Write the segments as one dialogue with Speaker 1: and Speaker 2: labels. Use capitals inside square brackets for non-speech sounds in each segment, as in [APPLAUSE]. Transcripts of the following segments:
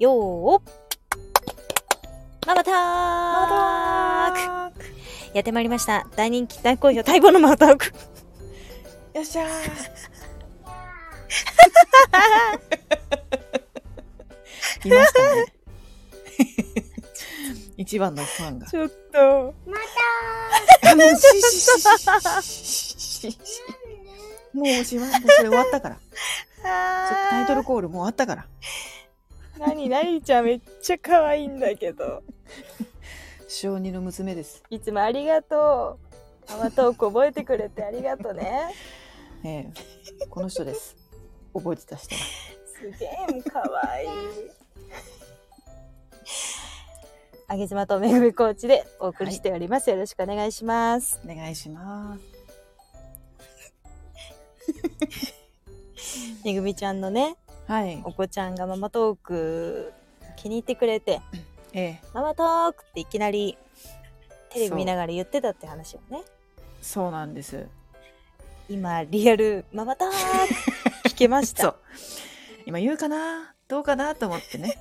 Speaker 1: よーおママターク
Speaker 2: ママターク
Speaker 1: やってまいりました大人気大好評待望のママターク
Speaker 2: よっしゃー [LAUGHS] いましたね [LAUGHS] 一番のファンが
Speaker 1: ちょっと
Speaker 2: あもうししししししもうおしまいもうそれ終わった [LAUGHS] からちょっとタイトルコールもう終わったから
Speaker 1: なになにちゃんめっちゃ可愛いんだけど
Speaker 2: 小児の娘です、
Speaker 1: いつもありがとうママトーク覚えてくれてありがとうね
Speaker 2: ええこの人 [LAUGHS] です覚えてた人は
Speaker 1: すげえかわいい。あげ妻とめぐみコーチでお送りしております。よろしくお願いします。
Speaker 2: お願いします
Speaker 1: めぐみちゃんのね、
Speaker 2: はい
Speaker 1: お子ちゃんがママトーク気に入ってくれて、
Speaker 2: ええ
Speaker 1: ママトークっていきなりテレビ見ながら言ってたって話をね。
Speaker 2: そうなんです
Speaker 1: 今リアルママトーク聞けまし
Speaker 2: [LAUGHS] そ
Speaker 1: た。
Speaker 2: う今言うかなどうかなと思っ
Speaker 1: [LAUGHS]
Speaker 2: てね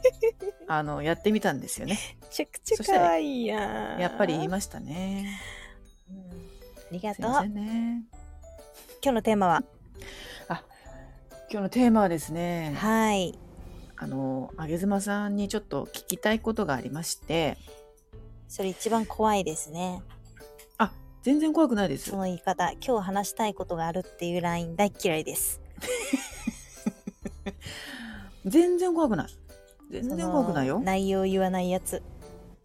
Speaker 2: あのやってみたんですよね
Speaker 1: めちゃくちゃ可愛いやん。
Speaker 2: やっぱり言い
Speaker 1: うん、あ
Speaker 2: ましたね
Speaker 1: りが
Speaker 2: すい
Speaker 1: とう。
Speaker 2: ませ
Speaker 1: 今
Speaker 2: んね
Speaker 1: 日のテーマは、
Speaker 2: 今日のテーマはですね
Speaker 1: はい。
Speaker 2: あの上妻さんにちょっと聞きたいことがありまして
Speaker 1: それ一番怖いですね。
Speaker 2: 全然怖くないです
Speaker 1: その言い方今日話したいことがあるっていうライン大っ嫌いです
Speaker 2: 全然怖くない全
Speaker 1: そ
Speaker 2: 然
Speaker 1: の
Speaker 2: 怖くないよ
Speaker 1: 内容言わないやつ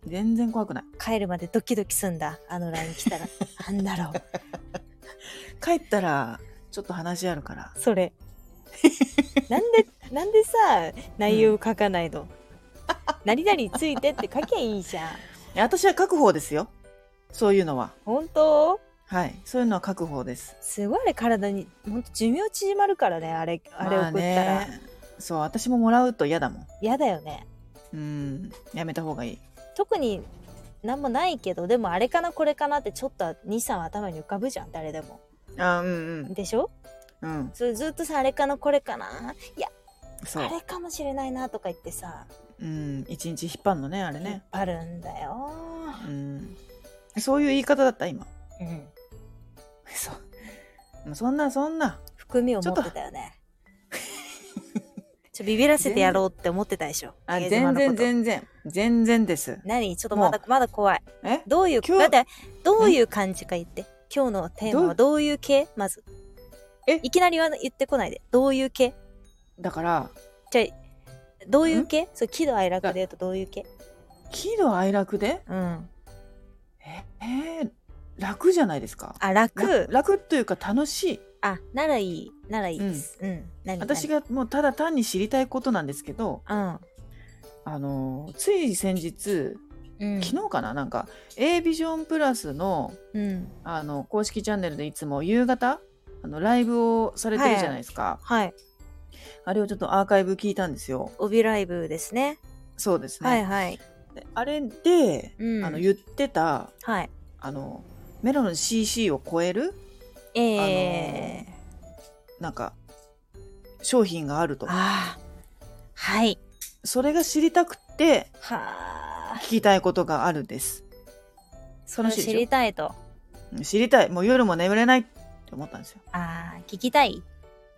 Speaker 2: 全然怖くない
Speaker 1: 帰るまでドキドキすんだあのライン来たら
Speaker 2: [LAUGHS]
Speaker 1: なんだろう
Speaker 2: 帰ったらちょっと話あるから
Speaker 1: そ
Speaker 2: [LAUGHS]
Speaker 1: れなんでなんでさ内容書かないの、何々についてって書きゃいいじゃん
Speaker 2: いや私は確保ですよそういうのは
Speaker 1: 本当
Speaker 2: はいそういうのは確保です
Speaker 1: すごいあれ体に本当寿命縮まるからねあれあれ
Speaker 2: ま
Speaker 1: 送ったら、
Speaker 2: ね、そう私ももらうと嫌だもん
Speaker 1: 嫌だよね
Speaker 2: うんやめた方がいい
Speaker 1: 特に何もないけどでもあれかなこれかなってちょっと23頭に浮かぶじゃん誰でも
Speaker 2: あうん
Speaker 1: でしょ
Speaker 2: うんうん
Speaker 1: それずっとさあれかなこれかないや
Speaker 2: そ
Speaker 1: あ
Speaker 2: う
Speaker 1: れかもしれないなとか言ってさ、
Speaker 2: うん一日引っ張るのねあれ
Speaker 1: 引っ
Speaker 2: ね
Speaker 1: 張るんだよ、
Speaker 2: うんそういう言い方だった今 [LAUGHS]
Speaker 1: うん、
Speaker 2: そうもうそんなそんな
Speaker 1: 含みを持ってたよねちょビビらせてやろうって思ってたでしょ
Speaker 2: あ
Speaker 1: 上妻
Speaker 2: 全
Speaker 1: のこと
Speaker 2: 然全然全然です
Speaker 1: 何ちょっとまだまだ怖い
Speaker 2: え
Speaker 1: どういう
Speaker 2: 今
Speaker 1: だっ
Speaker 2: 日
Speaker 1: てどういう感じか言って今日のテーマはどういう系まず
Speaker 2: え
Speaker 1: いきなりは言ってこないでどういう系
Speaker 2: だから
Speaker 1: じゃあどういう系そう喜怒哀楽で言うとどういう系
Speaker 2: 喜怒哀楽で
Speaker 1: うん
Speaker 2: ええー楽じゃないですか
Speaker 1: あ
Speaker 2: ら
Speaker 1: 楽
Speaker 2: 楽というか楽しい
Speaker 1: あならいいならいいですうん、何
Speaker 2: 私
Speaker 1: が
Speaker 2: がもうただ単に知りたいことなんですけど
Speaker 1: うん
Speaker 2: あのつい先日
Speaker 1: うん
Speaker 2: 昨日かななんか A ビジョンプラスの
Speaker 1: うん、
Speaker 2: あの公式チャンネルでいつも夕方あのライブをされてるじゃないですか、
Speaker 1: はい、
Speaker 2: あれをちょっとアーカイブ聞いたんですよ
Speaker 1: 帯ライブですね。
Speaker 2: そうですね、
Speaker 1: はいはい。
Speaker 2: であれで、
Speaker 1: うん、
Speaker 2: あの言ってた
Speaker 1: はい。
Speaker 2: あのメロンの CC を超える
Speaker 1: えー、
Speaker 2: なんか商品があると
Speaker 1: ああはい。
Speaker 2: それが知りたくて
Speaker 1: はあ。
Speaker 2: 聞きたいことがあるんです
Speaker 1: それ
Speaker 2: 楽
Speaker 1: を
Speaker 2: しいで
Speaker 1: 知
Speaker 2: しょ
Speaker 1: りたいと。
Speaker 2: うん知りたいもう夜も眠れないって思ったんですよ
Speaker 1: ああ、聞きたい。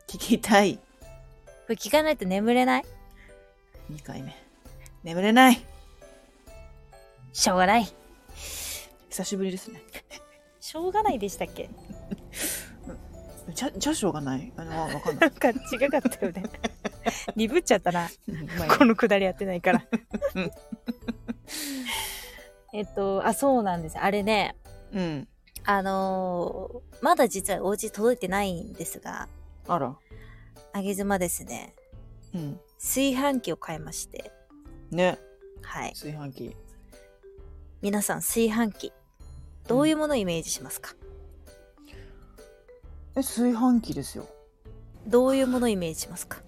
Speaker 2: 聞きたい
Speaker 1: これ聞かないと眠れない。
Speaker 2: 2回目眠れない
Speaker 1: しょうがない。
Speaker 2: 久しぶりですね
Speaker 1: しょうがないでしたっけ
Speaker 2: じゃじゃしょうがないあのわわかんない
Speaker 1: か違かった [LAUGHS] よね。鈍っちゃったな。
Speaker 2: うんまあいいや
Speaker 1: のくだりやってないから
Speaker 2: うん。
Speaker 1: [LAUGHS] えっと、あ、そうなんです。あれね、
Speaker 2: うん
Speaker 1: あのーまだ実はお家届いてないんですが、
Speaker 2: あら
Speaker 1: あげ妻ですね、
Speaker 2: うん
Speaker 1: 炊飯器を買いまして、
Speaker 2: ね
Speaker 1: はい。
Speaker 2: 炊飯器
Speaker 1: 皆さん炊飯器どういうものをイメージしますか、
Speaker 2: え炊飯器ですよ
Speaker 1: どういうものをイメージしますか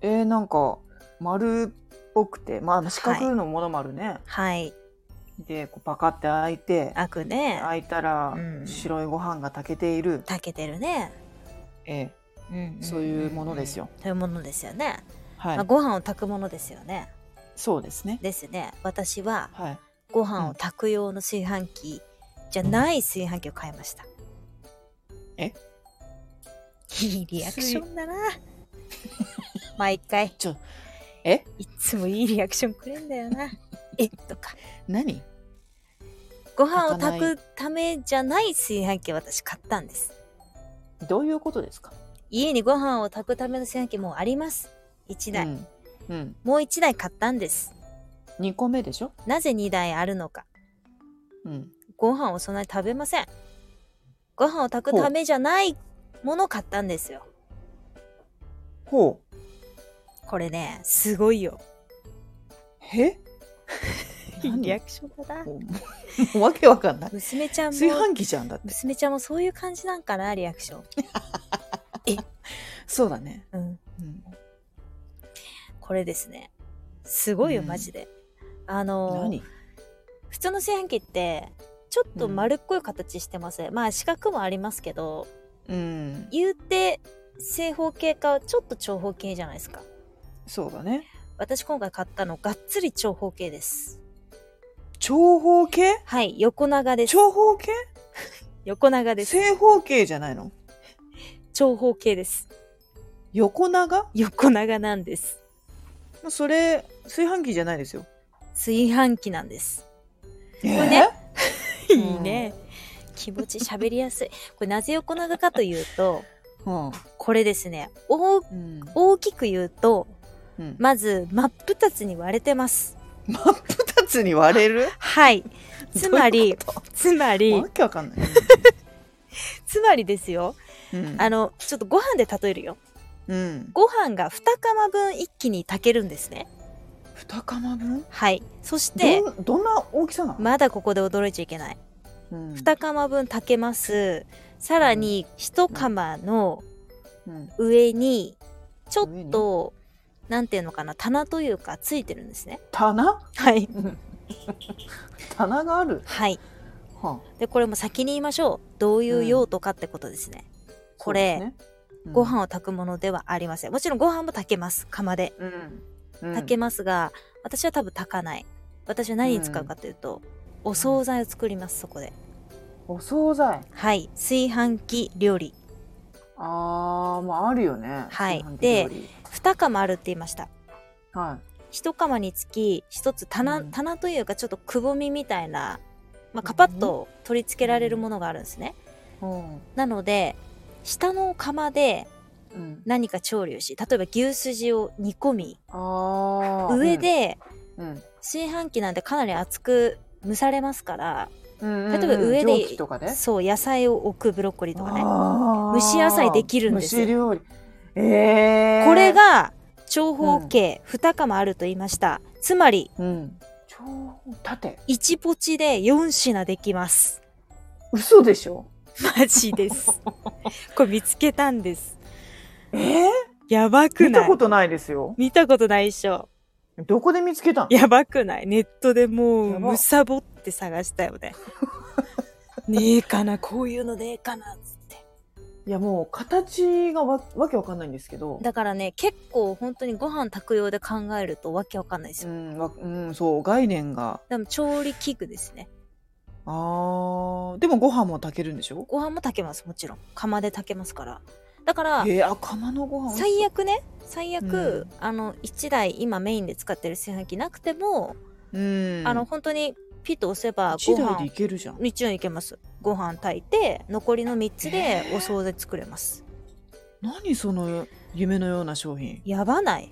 Speaker 2: えー、なんか丸っぽくてまあ四角のものもあるね、
Speaker 1: はい
Speaker 2: でこうパカって開いて
Speaker 1: 開くね
Speaker 2: 開いたら
Speaker 1: うん
Speaker 2: 白いご飯が炊けている、
Speaker 1: 炊けてるね、
Speaker 2: ええ
Speaker 1: うんんんん
Speaker 2: そういうものですよ
Speaker 1: そういうものですよね
Speaker 2: はい
Speaker 1: まあ、ご飯を炊くものですよね。
Speaker 2: そうですね
Speaker 1: ですね。私は
Speaker 2: はい
Speaker 1: ご飯を炊く用の炊飯器じゃない炊飯器を買いました。
Speaker 2: え
Speaker 1: いいリアクションだな。毎回。
Speaker 2: ちょえ
Speaker 1: いつもいいリアクションくれんだよ
Speaker 2: [LAUGHS]
Speaker 1: な。えとか。
Speaker 2: 何
Speaker 1: ご飯を炊くためじゃない炊飯器を私買ったんです。
Speaker 2: どういうことですか
Speaker 1: 家にご飯を炊くための炊飯器もうあります。1台。
Speaker 2: うん、うん、
Speaker 1: もう1台買ったんです。
Speaker 2: 2個目でしょ
Speaker 1: なぜ2台あるのか。
Speaker 2: うん
Speaker 1: ご飯をそんなに食べません。ご飯を炊くためじゃないものを買ったんですよ。
Speaker 2: ほう
Speaker 1: これね、すごいよ。 [LAUGHS]
Speaker 2: へ何
Speaker 1: リアクションだな。
Speaker 2: もう [LAUGHS] わけわか
Speaker 1: [LAUGHS]
Speaker 2: んない
Speaker 1: 娘ちゃん
Speaker 2: 炊
Speaker 1: も、
Speaker 2: 飯器じゃんだって
Speaker 1: 娘ちゃんもそういう感じなんかな、リアクション。
Speaker 2: そうだね、
Speaker 1: うん。
Speaker 2: うん、
Speaker 1: これですね。すごいよ、
Speaker 2: うん
Speaker 1: マジで。あのー、
Speaker 2: 何
Speaker 1: 普通の炊飯器って、ちょっと丸っこい形してます。まあ、四角もありますけど、
Speaker 2: うん
Speaker 1: 言うて、正方形か、ちょっと長方形じゃないですか。
Speaker 2: そうだね
Speaker 1: 私今回買ったの、がっつり長方形です。
Speaker 2: 長方形
Speaker 1: はい、横長です。
Speaker 2: 長方形
Speaker 1: 横長です。
Speaker 2: 正方形じゃないの
Speaker 1: 長方形です。
Speaker 2: 横長
Speaker 1: 横長なんです。
Speaker 2: それ炊飯器じゃないですよ
Speaker 1: 炊飯器なんです。
Speaker 2: え
Speaker 1: れねい
Speaker 2: ん
Speaker 1: いね。気持ち喋りやすい。これなぜ横長かというと、
Speaker 2: うん
Speaker 1: これですね、大
Speaker 2: うん
Speaker 1: 大きく言うと、 [LAUGHS]
Speaker 2: うん
Speaker 1: まず真っ二つに割れてます。
Speaker 2: 真っ二つに割れる
Speaker 1: はい。つまり、つまり
Speaker 2: わ、けわかんない
Speaker 1: つまりですよ。
Speaker 2: うん
Speaker 1: あの、ちょっとご飯で例えるよ。
Speaker 2: うん
Speaker 1: ご飯が2釜分一気に炊けるんですね。
Speaker 2: 二釜分
Speaker 1: はい。そして、
Speaker 2: どんどんな大きさなの
Speaker 1: まだここで驚いちゃいけない。
Speaker 2: うん
Speaker 1: 2釜分炊けますさらに1釜の
Speaker 2: うん
Speaker 1: 上にちょっとなんていうのかな棚というかついてるんですね
Speaker 2: 棚
Speaker 1: はい
Speaker 2: うん棚がある
Speaker 1: はい
Speaker 2: は
Speaker 1: でこれも先に言いましょうどういう用途かってことですね、
Speaker 2: あ
Speaker 1: これ
Speaker 2: そうですねうん
Speaker 1: ご飯を炊くものではありませんもちろんご飯も炊けます釜で
Speaker 2: うんうん
Speaker 1: 炊けますが、私は多分炊かない私は何に使うかというと、お惣菜を作りますそこで
Speaker 2: お惣菜
Speaker 1: はい炊飯器料理
Speaker 2: あーまああるよね
Speaker 1: はい
Speaker 2: 炊飯器料理
Speaker 1: 2釜あるって言いました
Speaker 2: は
Speaker 1: 一釜につき一つ棚,、
Speaker 2: うん
Speaker 1: 棚というかちょっとくぼみみたいな、まあ、カパッと取り付けられるものがあるんですね、
Speaker 2: いうん
Speaker 1: なので下の釜で
Speaker 2: うん
Speaker 1: 何か調理をし例えば牛すじを煮込み
Speaker 2: あー
Speaker 1: 上で
Speaker 2: うんうん
Speaker 1: 炊飯器なんてかなり厚く蒸されますから、
Speaker 2: うん
Speaker 1: 例えば上で
Speaker 2: 蒸気とかで
Speaker 1: そう野菜を置くブロッコリーとかね
Speaker 2: あー
Speaker 1: 蒸し野菜できるんですよ
Speaker 2: 蒸し料理えー、
Speaker 1: これ、が長方形2釜あると言いましたつまり
Speaker 2: うん、超縦
Speaker 1: 1ポチで4品できます
Speaker 2: 嘘でしょ
Speaker 1: マジ
Speaker 2: [LAUGHS]
Speaker 1: です。これ見つけたんです。
Speaker 2: えー、
Speaker 1: やばく
Speaker 2: 見
Speaker 1: ない
Speaker 2: たことないですよ
Speaker 1: 見たことないっしょ。
Speaker 2: どこで見つけたの
Speaker 1: やばくないネットでも
Speaker 2: や
Speaker 1: う、
Speaker 2: ば
Speaker 1: むさぼって探したよ
Speaker 2: [LAUGHS]
Speaker 1: ね。ねえかなこういうのねえかなっつって。
Speaker 2: いやもう形がわわけわかんないんですけど
Speaker 1: だからね、結構本当にご飯炊く用で考えるとわけわかんないです
Speaker 2: う
Speaker 1: よ。
Speaker 2: ん、わうん、そう概念が
Speaker 1: でも調理器具ですね。
Speaker 2: あーでもご飯も炊けるんでしょ
Speaker 1: ご飯も炊けます、もちろん。釜で炊けますから。だから、
Speaker 2: えー、あ釜のご飯
Speaker 1: 最悪ね、最悪、
Speaker 2: うん
Speaker 1: あの、1台今メインで使ってる炊飯器なくても、
Speaker 2: うん
Speaker 1: あの本当にピッと押せば
Speaker 2: 一
Speaker 1: ご
Speaker 2: 台でい
Speaker 1: 飯
Speaker 2: けるじゃん
Speaker 1: 一応いけますご飯炊いて残りの3つでお惣菜作れます、
Speaker 2: 何その夢のような商品
Speaker 1: やばない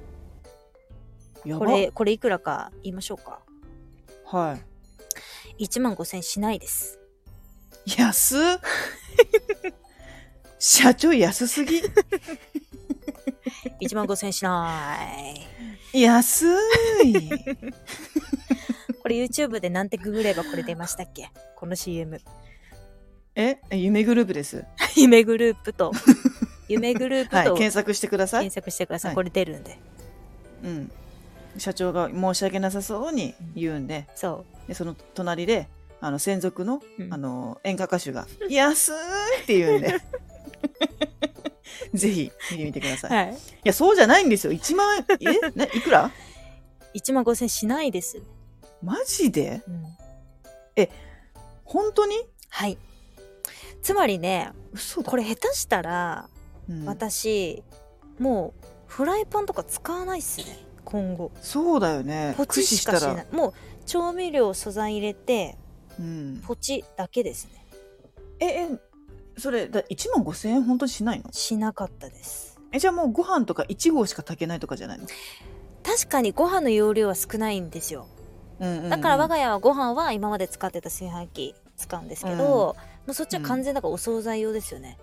Speaker 2: やば
Speaker 1: これこれいくらか言いましょうか
Speaker 2: は
Speaker 1: 1万5000円しないです
Speaker 2: い安っ [LAUGHS] 社長安すぎ
Speaker 1: 1万5000円しない
Speaker 2: [LAUGHS] 安い
Speaker 1: これ YouTube でなんてググればこれ出ましたっけこの CM
Speaker 2: え夢グループです
Speaker 1: [LAUGHS] 夢グループ
Speaker 2: [LAUGHS]
Speaker 1: と夢グループ
Speaker 2: はい
Speaker 1: と
Speaker 2: 検索してください
Speaker 1: 検、索してください、
Speaker 2: はい
Speaker 1: これ出るんで
Speaker 2: うん、社長が申し訳なさそうに言うんで
Speaker 1: そ
Speaker 2: でその隣であの専属の,、
Speaker 1: うん
Speaker 2: あの演歌歌手が「安い!」って言うんで [LAUGHS] ぜひ見てみてください。い、
Speaker 1: はい。
Speaker 2: や、そうじゃないんですよ。1万円、えね、いくら
Speaker 1: 1万5000しないです。
Speaker 2: マジで
Speaker 1: うん
Speaker 2: 本当に
Speaker 1: はい。つまりね、
Speaker 2: 嘘だ。
Speaker 1: これ下手したら、
Speaker 2: うん
Speaker 1: 私、もう、フライパンとか使わないっすね。今後。
Speaker 2: そうだよね。
Speaker 1: ポチしかし
Speaker 2: 駆
Speaker 1: な
Speaker 2: 使
Speaker 1: い。もう、調味料、素材入れて、
Speaker 2: たらうん。
Speaker 1: ポチだけですね。
Speaker 2: え、え、それ、だ1万5千円本当にしないの
Speaker 1: しなかったです。
Speaker 2: え、じゃあもうご飯とか1合しか炊けないとかじゃないの
Speaker 1: 確かにご飯の容量は少ないんですよ。
Speaker 2: うんうんうん
Speaker 1: だから我が家はご飯は今まで使ってた炊飯器使うんですけど、
Speaker 2: うん
Speaker 1: もうそっちは完全だからお惣菜用ですよね。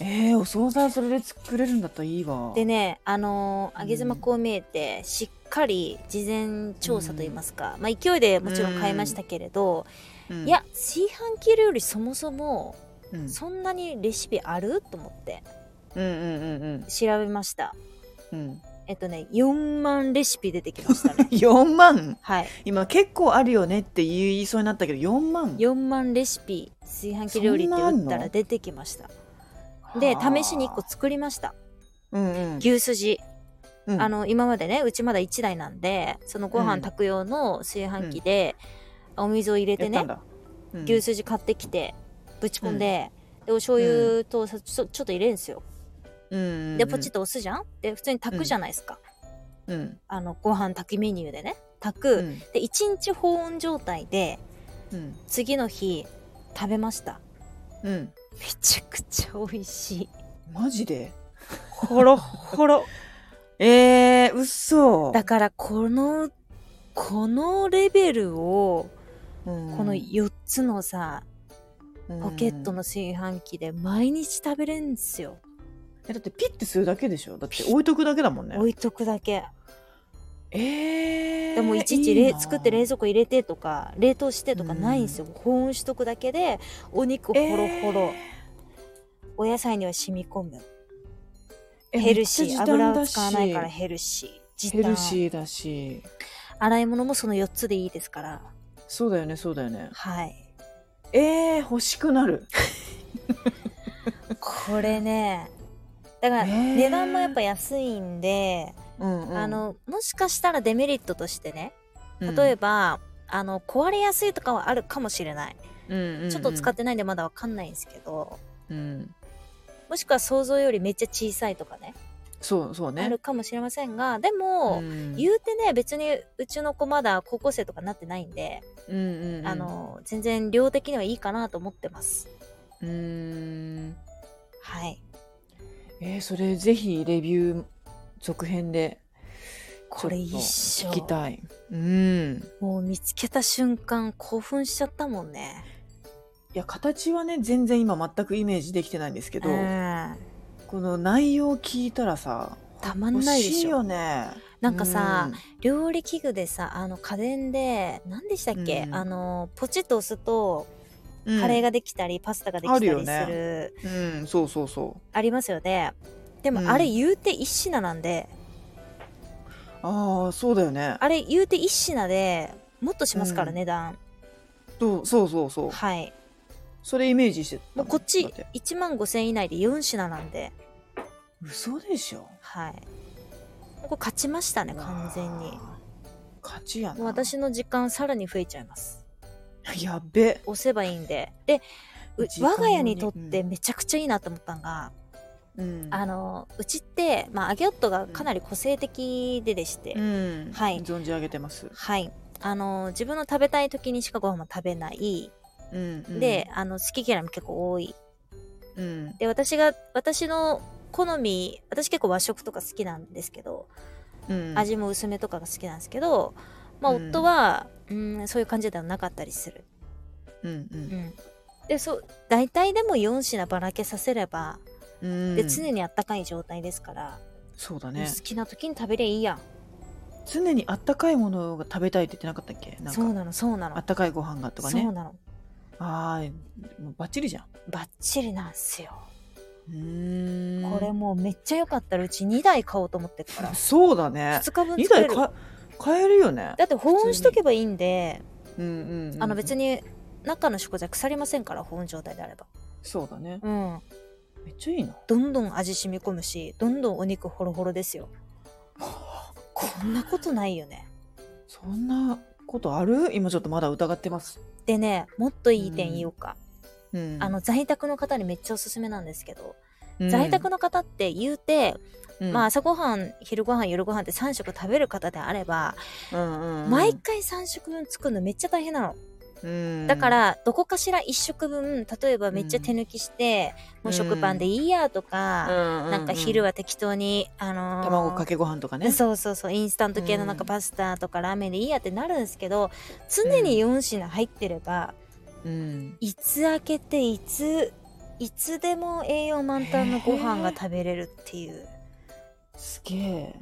Speaker 2: えー、お惣菜それで作れるんだったらいいわ。
Speaker 1: でね、あのー
Speaker 2: うん
Speaker 1: 揚げ妻こう見えてしっかり事前調査といいますか、まあ、勢いでもちろん買いましたけれど、
Speaker 2: うん
Speaker 1: い、や炊飯器料理そもそも
Speaker 2: うん、
Speaker 1: そんなにレシピあると思って
Speaker 2: うんうんうん
Speaker 1: 調べました。
Speaker 2: うんうん。。
Speaker 1: えっとね4万レシピ出てきましたね
Speaker 2: 4万 [LAUGHS]
Speaker 1: はい、
Speaker 2: 今結構あるよねって言いそうになったけど、4万
Speaker 1: 4万レシピ炊飯器料理って
Speaker 2: そんなあん
Speaker 1: 打
Speaker 2: の
Speaker 1: ったら出てきました。で試しに1個作りました。
Speaker 2: うん
Speaker 1: 牛すじ、
Speaker 2: うん。
Speaker 1: あの今までねうちまだ1台なんでそのご
Speaker 2: う
Speaker 1: 飯
Speaker 2: ん
Speaker 1: 炊く用の炊飯器で、お水を入れ
Speaker 2: や
Speaker 1: て
Speaker 2: ったん
Speaker 1: ね
Speaker 2: だ、うん
Speaker 1: 牛すじ買ってきてぶち込んで、でお醤油とさちょちょっと入れるんですよ
Speaker 2: うんうんうん
Speaker 1: でポチッと押すじゃんで普通に炊くじゃないですか、
Speaker 2: うん
Speaker 1: あのご飯炊きメニューでね炊く、
Speaker 2: うん
Speaker 1: で1日保温状態で
Speaker 2: うん
Speaker 1: 次の日食べました
Speaker 2: うん
Speaker 1: めちゃくちゃ美味しい
Speaker 2: マジで
Speaker 1: ほろほ [LAUGHS] ろ
Speaker 2: えー、嘘
Speaker 1: だからこのこのレベルを
Speaker 2: うん
Speaker 1: この4つのさ、
Speaker 2: うん
Speaker 1: ポケットの炊飯器で毎日食べれんですよ。
Speaker 2: えだってピッてするだけでしょだって置いとくだけだもんね
Speaker 1: 置いとくだけ。
Speaker 2: えー、
Speaker 1: でもいちいちれ
Speaker 2: いな
Speaker 1: 作って冷蔵庫入れてとか、冷凍してとかないんですよ。保温しとくだけで、お肉ほろほろ、お野菜には染み込む。
Speaker 2: えー
Speaker 1: ヘルシー。油を使わないから
Speaker 2: ヘ
Speaker 1: ヘルシー。時短
Speaker 2: ルシーだし
Speaker 1: 洗い物もその4つでいいですから。
Speaker 2: そうだよねそうだよね
Speaker 1: はい。
Speaker 2: えー、欲しくなる
Speaker 1: これね、だから
Speaker 2: えー
Speaker 1: 値段もやっぱ安いんで、 [LAUGHS] あの、もしかしたらデメリットとしてね、例えば、
Speaker 2: ば、
Speaker 1: あの壊れやすいとかはあるかもしれない、
Speaker 2: うんうんうん
Speaker 1: ちょっと使っ、てないんでまだわかんないんですけど
Speaker 2: うん、
Speaker 1: もしくは想像よりめっちゃ小さいとかね
Speaker 2: そうそうね
Speaker 1: あるかもしれませんがでも、
Speaker 2: うん
Speaker 1: 言うてね別にうちの子まだ高校生とかなってないんで、
Speaker 2: うんうんうん
Speaker 1: あの全然量的にはいいかなと思ってます
Speaker 2: うーん
Speaker 1: はい
Speaker 2: えー、それぜひレビュー続編で
Speaker 1: これ一
Speaker 2: ちょ
Speaker 1: 緒
Speaker 2: っと聞きたいうん
Speaker 1: もう見つけた瞬間興奮しちゃったもんね
Speaker 2: いや形はね全然今全くイメージできてないんですけど、
Speaker 1: ん
Speaker 2: この内容聞いたらさ
Speaker 1: たまんないで
Speaker 2: 欲
Speaker 1: し
Speaker 2: い
Speaker 1: ょ
Speaker 2: よね
Speaker 1: なんかさ、料理器具でさあの家電で何でしたっけ、
Speaker 2: うん
Speaker 1: あのポチッと押すと
Speaker 2: うん
Speaker 1: カレーができたり、パスタができたり
Speaker 2: あ
Speaker 1: す
Speaker 2: るよ
Speaker 1: るあ,、
Speaker 2: ねうん、うんそうそうそう
Speaker 1: りますよねでも、
Speaker 2: うん
Speaker 1: あれ言うて一品なんで
Speaker 2: ああそうだよね
Speaker 1: あれ言うて一品でもっとしますから、
Speaker 2: うん
Speaker 1: 値段
Speaker 2: そうそうそうそう
Speaker 1: はい
Speaker 2: それイメージしてた
Speaker 1: も
Speaker 2: も
Speaker 1: うんこっ
Speaker 2: だ
Speaker 1: ち
Speaker 2: て
Speaker 1: 1万5000円以内で4品なんで
Speaker 2: 嘘でしょ
Speaker 1: はいここ勝ちましたね完全に
Speaker 2: わあ勝ちやな
Speaker 1: もう私の時間さらに増えちゃいます
Speaker 2: やっべ
Speaker 1: 押せばいいんででう
Speaker 2: 時間
Speaker 1: 我
Speaker 2: をね
Speaker 1: が家にとっ
Speaker 2: う
Speaker 1: て
Speaker 2: ん
Speaker 1: めちゃくちゃいいなと思ったのが、
Speaker 2: うん
Speaker 1: あのうちって、まあ、揚げ夫がかなり個性的ででして、
Speaker 2: うん
Speaker 1: はい
Speaker 2: 存じ上げてます
Speaker 1: はいあの自分の食べたい時にしかご飯も食べない、
Speaker 2: うんうん
Speaker 1: であの好き嫌いも結構多い
Speaker 2: うん
Speaker 1: で私が私の好み私結構和食とか好きなんですけど、
Speaker 2: うん
Speaker 1: 味も薄めとかが好きなんですけど、まあ、
Speaker 2: うん
Speaker 1: 夫は、うん、そういう感じではなかったりする、
Speaker 2: うん
Speaker 1: うんでそう大体でも4品ばらけさせれば、
Speaker 2: うん
Speaker 1: で常にあったかい状態ですから、
Speaker 2: そうだね
Speaker 1: 好きな時に食べりゃいいやん
Speaker 2: 常にあったかいものが食べたいって言ってなかったっけなんか
Speaker 1: そうなのそうな
Speaker 2: あ
Speaker 1: の
Speaker 2: ったかいご飯がとか
Speaker 1: そう
Speaker 2: ね
Speaker 1: なの
Speaker 2: ああもうバッチリじゃん
Speaker 1: バッチリなんすよ、
Speaker 2: うーん
Speaker 1: これもうめっちゃ良かったらうち2台買おうと思ってるから
Speaker 2: そうだね
Speaker 1: 2日分
Speaker 2: 2
Speaker 1: 作れ
Speaker 2: 台
Speaker 1: る
Speaker 2: か買えるよね
Speaker 1: だって保温しとけばいいんで、
Speaker 2: うんうんうん
Speaker 1: あの別に中の食材腐りませんから保温状態であれば
Speaker 2: そうだね
Speaker 1: うん
Speaker 2: めっちゃいいな。
Speaker 1: どんどん味染み込むしどんどんお肉ホロホロですよこんなことないよね
Speaker 2: そんなことある今ちょっとまだ疑ってます。
Speaker 1: でねもっといい点言おうか、
Speaker 2: うん
Speaker 1: あの、在宅の方にめっちゃおすすめなんですけど、
Speaker 2: うん
Speaker 1: 在宅、の方って言うて、
Speaker 2: うん
Speaker 1: まあ、朝ごはん昼ごはん夜ごはんって3食食べる方であれば、
Speaker 2: うんうんうん
Speaker 1: 毎回3食分作るのめっちゃ大変なの
Speaker 2: うん
Speaker 1: だからどこかしら1食分例えばめっちゃ手抜きして、もう食パンでいいやと
Speaker 2: う
Speaker 1: か、
Speaker 2: んうんうん
Speaker 1: なんか昼は適当に、あのー
Speaker 2: 卵かけご飯とかね。
Speaker 1: そうそうそうインスタント系のなんか
Speaker 2: うん
Speaker 1: パスタとかラーメンでいいやってなるんですけど常に4品入ってれば、
Speaker 2: うん
Speaker 1: いつ開けていついつでも栄養満タンのご飯が食べれるっていう
Speaker 2: すげえ。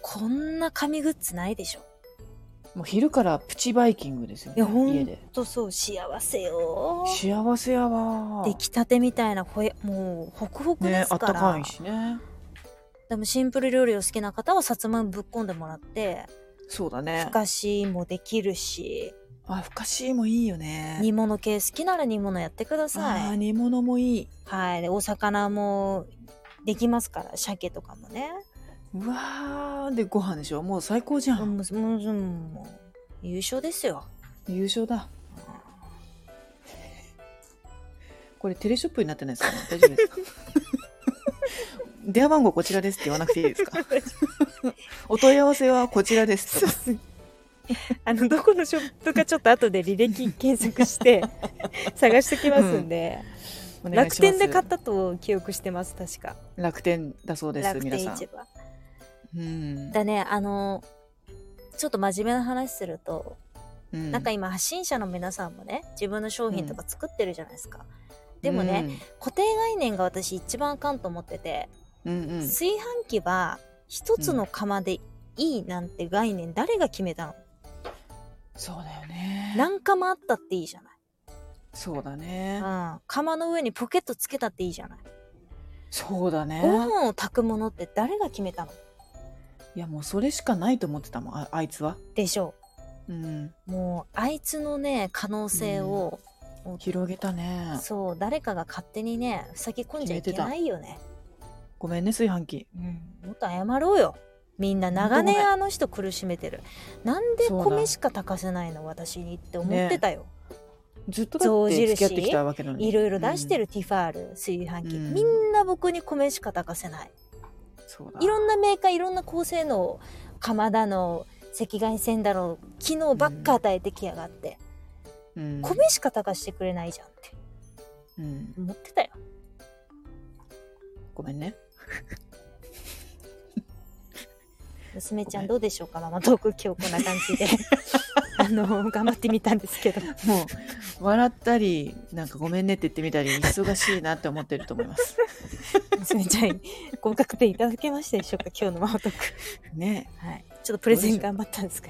Speaker 1: こんな神グッズないでしょ
Speaker 2: もう昼からプチバイキングですよ、
Speaker 1: い
Speaker 2: ね。
Speaker 1: やほ
Speaker 2: 家
Speaker 1: ん
Speaker 2: で。
Speaker 1: とそう幸せよ
Speaker 2: 幸せやわ。
Speaker 1: 出来たてみたいなほえもうホクホクで
Speaker 2: ね、あ
Speaker 1: すか
Speaker 2: った
Speaker 1: ら、
Speaker 2: かいしね。
Speaker 1: でもシンプル料理を好きな方はさつまいもぶっ込んでもらって
Speaker 2: そうだね
Speaker 1: ふ。かしもできるし
Speaker 2: あ、ふかしもいいよね。
Speaker 1: 煮物系好きなら煮物やってください
Speaker 2: あー煮物もいい。
Speaker 1: はい、でお魚もできますから鮭とかもね
Speaker 2: うわーでご飯でしょもう最高じゃ、
Speaker 1: もうんもうもうもう優勝ですよ
Speaker 2: 優勝だ [LAUGHS] これテレショップになってないですか、ね、大丈夫ですか電話番号こちらですって言わなくていいで
Speaker 1: [LAUGHS]
Speaker 2: すかお問い合わせはこちらですとか
Speaker 1: あのどこのショップかちょっと後で履歴検索して探してきますんで、
Speaker 2: お願いします
Speaker 1: 楽天で買ったと記憶してます確か
Speaker 2: 楽天だそうです
Speaker 1: 楽
Speaker 2: 皆
Speaker 1: 天
Speaker 2: さ
Speaker 1: 市
Speaker 2: ん
Speaker 1: 場
Speaker 2: うん
Speaker 1: だねあのちょっと真面目な話すると、
Speaker 2: うん
Speaker 1: なんか今発信者の皆さんもね自分の商品とか作ってるじゃないですか、でもね、、固定概念が私一番あかんと思ってて、
Speaker 2: うんうんうん
Speaker 1: 炊飯器は一つの釜でいいなんて概念誰が決めたの、
Speaker 2: そうだよね
Speaker 1: 何釜あったっていいじゃない、
Speaker 2: そうだね
Speaker 1: うん、釜の上にポケットつけたっていいじゃない
Speaker 2: そうだね
Speaker 1: ご飯を炊くものって誰が決めたの
Speaker 2: いやもうそれしかないと思ってたもんああいつは
Speaker 1: でしょ
Speaker 2: うん
Speaker 1: うもうあいつのね可能性を、
Speaker 2: 広げたね
Speaker 1: そう誰かが勝手にねふさぎ込んじゃいけないよね、
Speaker 2: ごめんね炊飯器
Speaker 1: うん、もっと謝ろうよみんな長
Speaker 2: ほんとご
Speaker 1: 年
Speaker 2: めん
Speaker 1: あの人苦しめてるなんで
Speaker 2: そうだ
Speaker 1: 米しか炊かせないの私にって思ってたよ、
Speaker 2: ずっとだ
Speaker 1: 象
Speaker 2: って
Speaker 1: 印
Speaker 2: 付き合ってきたわけなのに
Speaker 1: いろいろ出してるティファール、炊飯器、
Speaker 2: うん
Speaker 1: みんな僕に米しか炊かせない
Speaker 2: そうだ
Speaker 1: いろんなメーカーいろんな高性能釜だの赤外線だの機能ばっか与えてきやがって、
Speaker 2: うん
Speaker 1: 米しか炊かしてくれないじゃんって
Speaker 2: うん
Speaker 1: 思ってたよ
Speaker 2: ごめんね
Speaker 1: 娘ちゃ
Speaker 2: ごめ
Speaker 1: ん
Speaker 2: ん
Speaker 1: どうでしょうかママトーク今日こんな感じ
Speaker 2: [LAUGHS]
Speaker 1: であの頑張ってみたんですけど
Speaker 2: もう笑ったりなんかごめんねって言ってみたり忙しいなって思ってると思
Speaker 1: [LAUGHS]
Speaker 2: います
Speaker 1: 娘ちゃん合格点いただけましたでしょうか今日のママトーク
Speaker 2: ね
Speaker 1: はいちょっとプレゼン頑張ったんですか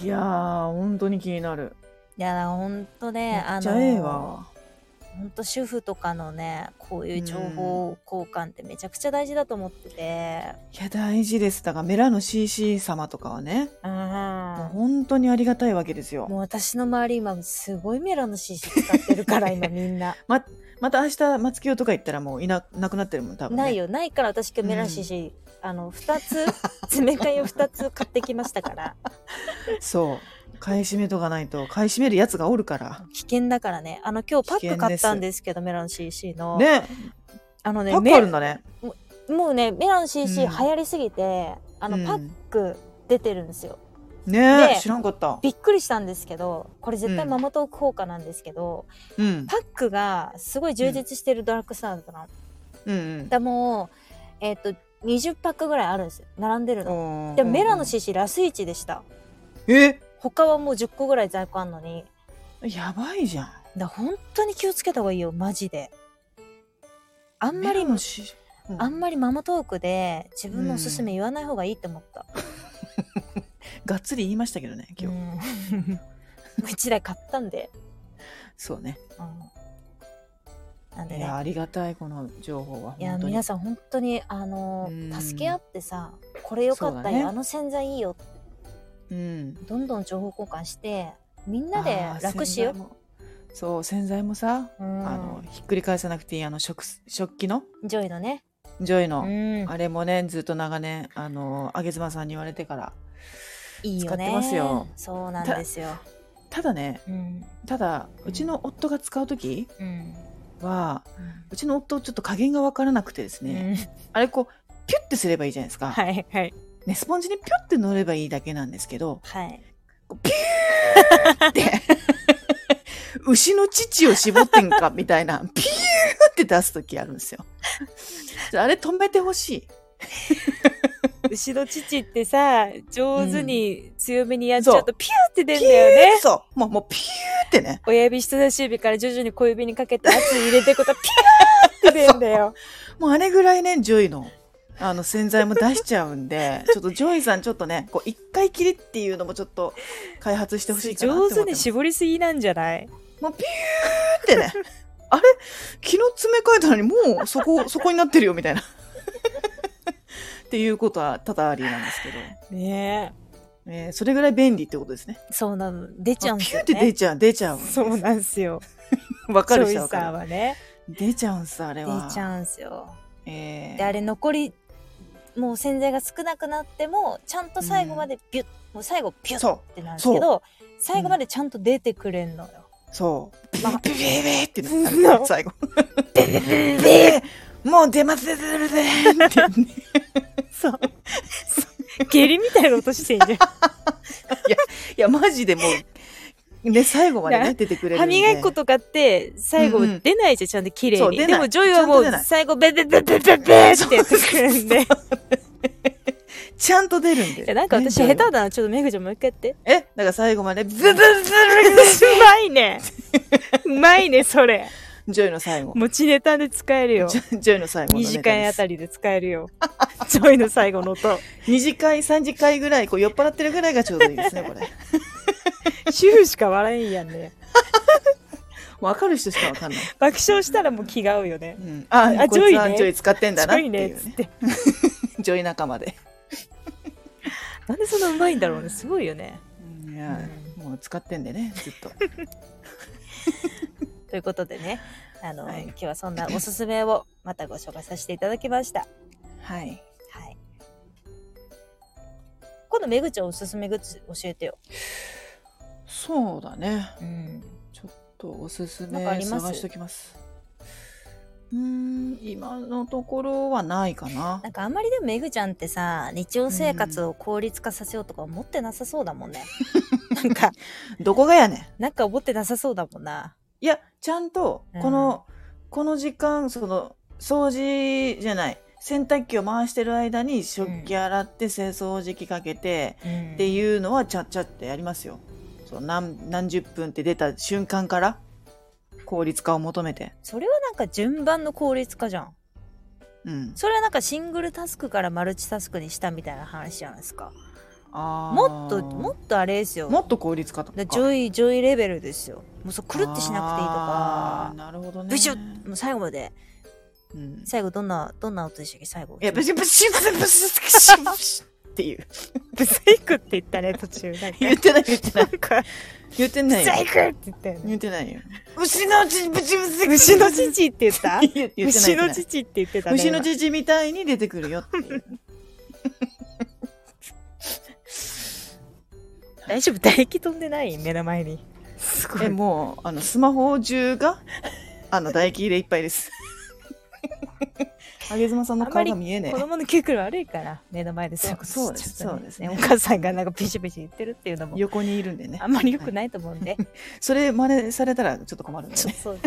Speaker 2: いやー本当に気になる
Speaker 1: いや本当
Speaker 2: め
Speaker 1: ね
Speaker 2: っちゃええわ
Speaker 1: 本当主婦とかのねこういう情報交換ってめちゃくちゃ大事だと思ってて
Speaker 2: いや大事ですだからメラの CC 様とかはね
Speaker 1: うん
Speaker 2: もう本当にありがたいわけです
Speaker 1: もう
Speaker 2: よ
Speaker 1: 私の周り今すごいメラの CC 使ってる
Speaker 2: [LAUGHS]
Speaker 1: から今みんな
Speaker 2: ままた明日松清とか行ったらもういななくなってるもん多分、ね、
Speaker 1: ないよないから私今日メラの CC、あの2つ詰め替えを2つ買ってきましたから
Speaker 2: そう買い占めとかないと買い占めるやつがおるから
Speaker 1: 危険だからねあの今日パ
Speaker 2: 危
Speaker 1: ック
Speaker 2: 険
Speaker 1: 買
Speaker 2: で
Speaker 1: っ
Speaker 2: す
Speaker 1: たんですけどメラの CC の、
Speaker 2: ね
Speaker 1: あの
Speaker 2: パ
Speaker 1: ね
Speaker 2: ックあるん
Speaker 1: メ
Speaker 2: だね
Speaker 1: もうねメラの CC 流
Speaker 2: うん
Speaker 1: 行りすぎて、あ
Speaker 2: う
Speaker 1: の
Speaker 2: ん
Speaker 1: パック出てるんですよ
Speaker 2: ね
Speaker 1: で
Speaker 2: 知らんかった
Speaker 1: びっくりしたんですけどこれ絶対
Speaker 2: うん
Speaker 1: ママトーク効果なんですけど、
Speaker 2: うん
Speaker 1: パックがすごい充実してるドラッグストアだったの。
Speaker 2: うんうん
Speaker 1: だもう、えっ、と、20パックぐらいあるんですよ。並んでるの。
Speaker 2: うん
Speaker 1: でもメラの CC ラス1でした。
Speaker 2: え
Speaker 1: 他はもう10個ぐらい在庫あんのに。
Speaker 2: やばいじゃん
Speaker 1: だ本当に気をつけた方がいいよ、マジで。あ
Speaker 2: あ
Speaker 1: んまり、
Speaker 2: の CC うん
Speaker 1: あんまりママトークで自分のおすすめ言わない方がいいって思った。
Speaker 2: がっつり言いましたけどね今
Speaker 1: う
Speaker 2: 日、
Speaker 1: ん、 [LAUGHS] もう1台買ったんで。
Speaker 2: そうね
Speaker 1: うん、なんで
Speaker 2: い
Speaker 1: ね
Speaker 2: や。ありがたいこの情報は本当
Speaker 1: い
Speaker 2: に
Speaker 1: や皆さん本当にあの
Speaker 2: うん
Speaker 1: 助け合ってさこれ良かった
Speaker 2: そう
Speaker 1: よ、
Speaker 2: だね
Speaker 1: あの洗剤いいよ
Speaker 2: うん
Speaker 1: どんどん情報交換してみんなで
Speaker 2: あー
Speaker 1: 楽しよ
Speaker 2: 洗剤もそう洗剤もさ、
Speaker 1: うん
Speaker 2: あのひっくり返さなくていいあの食す食器の
Speaker 1: ジョイのね、
Speaker 2: ジョイ
Speaker 1: う
Speaker 2: の、
Speaker 1: ん、
Speaker 2: あれもねずっと長年あの上妻さんに言われてから
Speaker 1: いいよね
Speaker 2: 使ってますよ
Speaker 1: そうなんですよ、
Speaker 2: ただね
Speaker 1: うん
Speaker 2: ただうちの夫が使う時
Speaker 1: うん
Speaker 2: はうちの夫ちょっと加減が分からなくてです
Speaker 1: うん
Speaker 2: ね、あれこうピュッてすればいいじゃないですか、
Speaker 1: はいはい
Speaker 2: ね、スポンジにピュッて乗ればいいだけなんですけど
Speaker 1: はい
Speaker 2: って牛の乳を絞ってんかみたいな [LAUGHS] ピューって出す時あるんですよあれ止めてほしい
Speaker 1: 牛の乳ってさ上手に強めにやっち
Speaker 2: そ
Speaker 1: ゃ
Speaker 2: う
Speaker 1: うとピューって出るんだよね
Speaker 2: そうもうもうピューってね
Speaker 1: 親指人差し指から徐々に小指にかけて圧入れていくとピューって出るんだ [LAUGHS] よ
Speaker 2: もうあれぐらいねジョイのあの洗剤も出しちゃうんで [LAUGHS] ちょっとジョイさんちょっとねこう一回きりっていうのもちょっと開発してほしいかなって思
Speaker 1: 上
Speaker 2: ってます
Speaker 1: 手に絞りすぎなんじゃない
Speaker 2: もうピューってね [LAUGHS] あれ昨日詰め替えたのにもうそこ [LAUGHS] そこになってるよみたいなっていうことは多々ありなんですけど、
Speaker 1: ね
Speaker 2: えーそれぐらい便利ってことですね
Speaker 1: えそうなの出ちゃうん
Speaker 2: ピ
Speaker 1: す
Speaker 2: ュー
Speaker 1: よ
Speaker 2: って出
Speaker 1: ね
Speaker 2: ちゃう出ちゃう
Speaker 1: そうなんですよ
Speaker 2: わかる
Speaker 1: ジ
Speaker 2: 人
Speaker 1: ョ
Speaker 2: は
Speaker 1: イさ
Speaker 2: わか
Speaker 1: ん
Speaker 2: る
Speaker 1: はね
Speaker 2: 出ちゃうんすあれ
Speaker 1: 出
Speaker 2: は
Speaker 1: ちゃうんすよ
Speaker 2: えー
Speaker 1: であれ残りもう洗剤が少なくなってもちゃんと最後までビュッ、もう最後ピュッっ
Speaker 2: そ
Speaker 1: てなんですけど最後までちゃんと出てくれんのよ。
Speaker 2: うそうピ
Speaker 1: ま
Speaker 2: ュ
Speaker 1: あ
Speaker 2: ピュピュピュって
Speaker 1: うん
Speaker 2: なる最後
Speaker 1: で
Speaker 2: もう出ます出ます出ます出ますってね
Speaker 1: そう下痢みたいな音してんじゃ
Speaker 2: いやマジでもうね最後まで
Speaker 1: い
Speaker 2: ね
Speaker 1: や
Speaker 2: 出てくれ
Speaker 1: ん
Speaker 2: る
Speaker 1: 歯
Speaker 2: んで
Speaker 1: 磨き粉とかって最後出ないじゃんちゃんと綺麗
Speaker 2: そう
Speaker 1: に
Speaker 2: 出ない
Speaker 1: でもジョイはも
Speaker 2: ちゃんと出
Speaker 1: う
Speaker 2: ない
Speaker 1: 最後ベベベベベベってやってくれるんでい
Speaker 2: ちゃんと出るんで
Speaker 1: やなんか私
Speaker 2: ね
Speaker 1: 下手だなちょっとメグちゃんもう一回やって
Speaker 2: え、だから最後まで、ブブブブ
Speaker 1: うまいねうまいねそれ
Speaker 2: ジョイの最後。
Speaker 1: 持ちネタで使えるよ
Speaker 2: ジョジョイの最後の
Speaker 1: 2
Speaker 2: ネタです。
Speaker 1: 時間あたりで使えるよジョイの最後の音
Speaker 2: 2次会、3次会ぐらい、こう酔っ払ってるぐらいがちょうどいいですね、これ。
Speaker 1: 主婦しか笑えんやんね
Speaker 2: わかる人しかわかんない。
Speaker 1: 爆笑したらもう気が合うよね
Speaker 2: うん、あ
Speaker 1: あ
Speaker 2: こいつは
Speaker 1: ジョイね
Speaker 2: ジョイ使ってんだな
Speaker 1: 強
Speaker 2: ってい
Speaker 1: いうね
Speaker 2: ね
Speaker 1: っ。つって
Speaker 2: ジョイ仲間で。
Speaker 1: なんでそんなうまいんだろうねすごいよね
Speaker 2: うんいやもう使ってんでね、ずっと。
Speaker 1: ということでねあの、
Speaker 2: はい
Speaker 1: 今日はそんなおすすめをまたご紹介させていただきました
Speaker 2: はい。
Speaker 1: はい今度めぐちゃんおすすめグッズ教えてよ、
Speaker 2: そうだね。
Speaker 1: うん、
Speaker 2: ちょっとおすす
Speaker 1: なん
Speaker 2: め
Speaker 1: かあります
Speaker 2: 探しておきます。うーん、今のところはないかな
Speaker 1: な。んかあんまりでもめぐちゃんってさ日常生活を効率化させようとか思ってなさそうだもんね、 [LAUGHS] なんか
Speaker 2: [LAUGHS] どこがやねん。
Speaker 1: なんか思ってなさそうだもんない
Speaker 2: や、ちゃんと、
Speaker 1: うん
Speaker 2: この、この時間、その、掃除じゃない、洗濯機を回してる間に食器洗って、清掃時機かけて、
Speaker 1: うん
Speaker 2: っていうのは、ちゃっちゃってやりますよ。そう何、何十分って出た瞬間から、効率化を求めて。
Speaker 1: それはなんか順番の効率化じゃん
Speaker 2: うん。
Speaker 1: それはなんかシングルタスクからマルチタスクにしたみたいな話じゃないですか
Speaker 2: あー
Speaker 1: もっともっとあれですよ
Speaker 2: もっと効率化とか。
Speaker 1: だジョイジョイレベルですよもうそうくるってしなくていいと
Speaker 2: あ
Speaker 1: か
Speaker 2: ーなるほどね。
Speaker 1: ブシュッもう最後まで
Speaker 2: うん
Speaker 1: 最後どんなどんな音でしたっけ最後
Speaker 2: いや、ブシュッブシュッブシュッブシュッブシュッっていう。
Speaker 1: [LAUGHS] ブサイクって言ったね途中なんか
Speaker 2: 言ってない言ってない。
Speaker 1: か
Speaker 2: 言ってないよ。
Speaker 1: クって言ったよ
Speaker 2: 言ってないよ。牛の乳、ブチブチ
Speaker 1: 牛の父って言った
Speaker 2: 言ってない
Speaker 1: 牛の
Speaker 2: 言って
Speaker 1: 父って言ってた
Speaker 2: ない
Speaker 1: ね
Speaker 2: 牛の乳みたいに出てくるよっていう。
Speaker 1: 今大丈夫唾液飛んでない目の前にすご
Speaker 2: [LAUGHS] え、もう、あの、スマホ中が、あの、唾液でいっぱ
Speaker 1: [LAUGHS]
Speaker 2: いです。あげずまさんの顔が見えね
Speaker 1: 子供の記憶力悪いから目の前でそういうことしちゃ
Speaker 2: そうです
Speaker 1: うと
Speaker 2: そうですね
Speaker 1: お母さんがなんかピシピシ言ってるっていうの
Speaker 2: え。
Speaker 1: も
Speaker 2: 横にいるんで [LAUGHS] ね
Speaker 1: あ。んまり良くないと思うん
Speaker 2: [LAUGHS]
Speaker 1: で、
Speaker 2: それ真似されたらちょっと困るんで
Speaker 1: ちょっ
Speaker 2: ね。
Speaker 1: とそう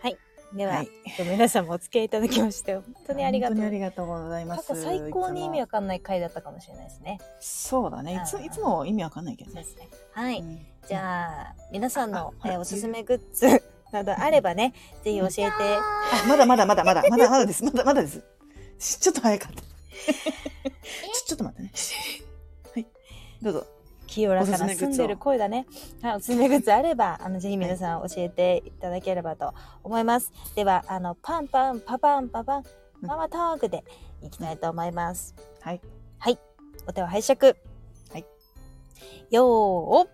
Speaker 1: [LAUGHS] はいでは、
Speaker 2: はい
Speaker 1: 皆さんもお付き合いいただきまして本当にありがとう
Speaker 2: 本当にありがとうございま
Speaker 1: 過
Speaker 2: す。
Speaker 1: 去最高に意味
Speaker 2: いつも
Speaker 1: わかんない回だったかもしれないですね
Speaker 2: そうだね。いつ、いつも意味わかんないけど
Speaker 1: そう
Speaker 2: ね
Speaker 1: で。すねはい、
Speaker 2: うん
Speaker 1: じゃあ皆さんの
Speaker 2: ああ
Speaker 1: えーおすすめグッズなどあればねぜひ教えて
Speaker 2: あまだまだまだまだまだまだですまだまだですしちょっと早かった
Speaker 1: [LAUGHS]
Speaker 2: ちょちょっと待ってねはいどうぞ
Speaker 1: 清らか
Speaker 2: おすす
Speaker 1: な
Speaker 2: めグ
Speaker 1: 澄
Speaker 2: ッズを
Speaker 1: んでる声だね。はい、おすすめグッズあれば、あの、ぜひ皆さん教えていただければと思います。では、あの、パンパン、パパン、パパン、
Speaker 2: うん
Speaker 1: ママトークでいきたいと思います。
Speaker 2: はい
Speaker 1: お手を拝借。
Speaker 2: はい。
Speaker 1: よーお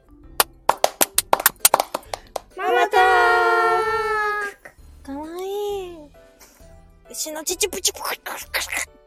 Speaker 1: 牛の乳プチプチプチプチプチ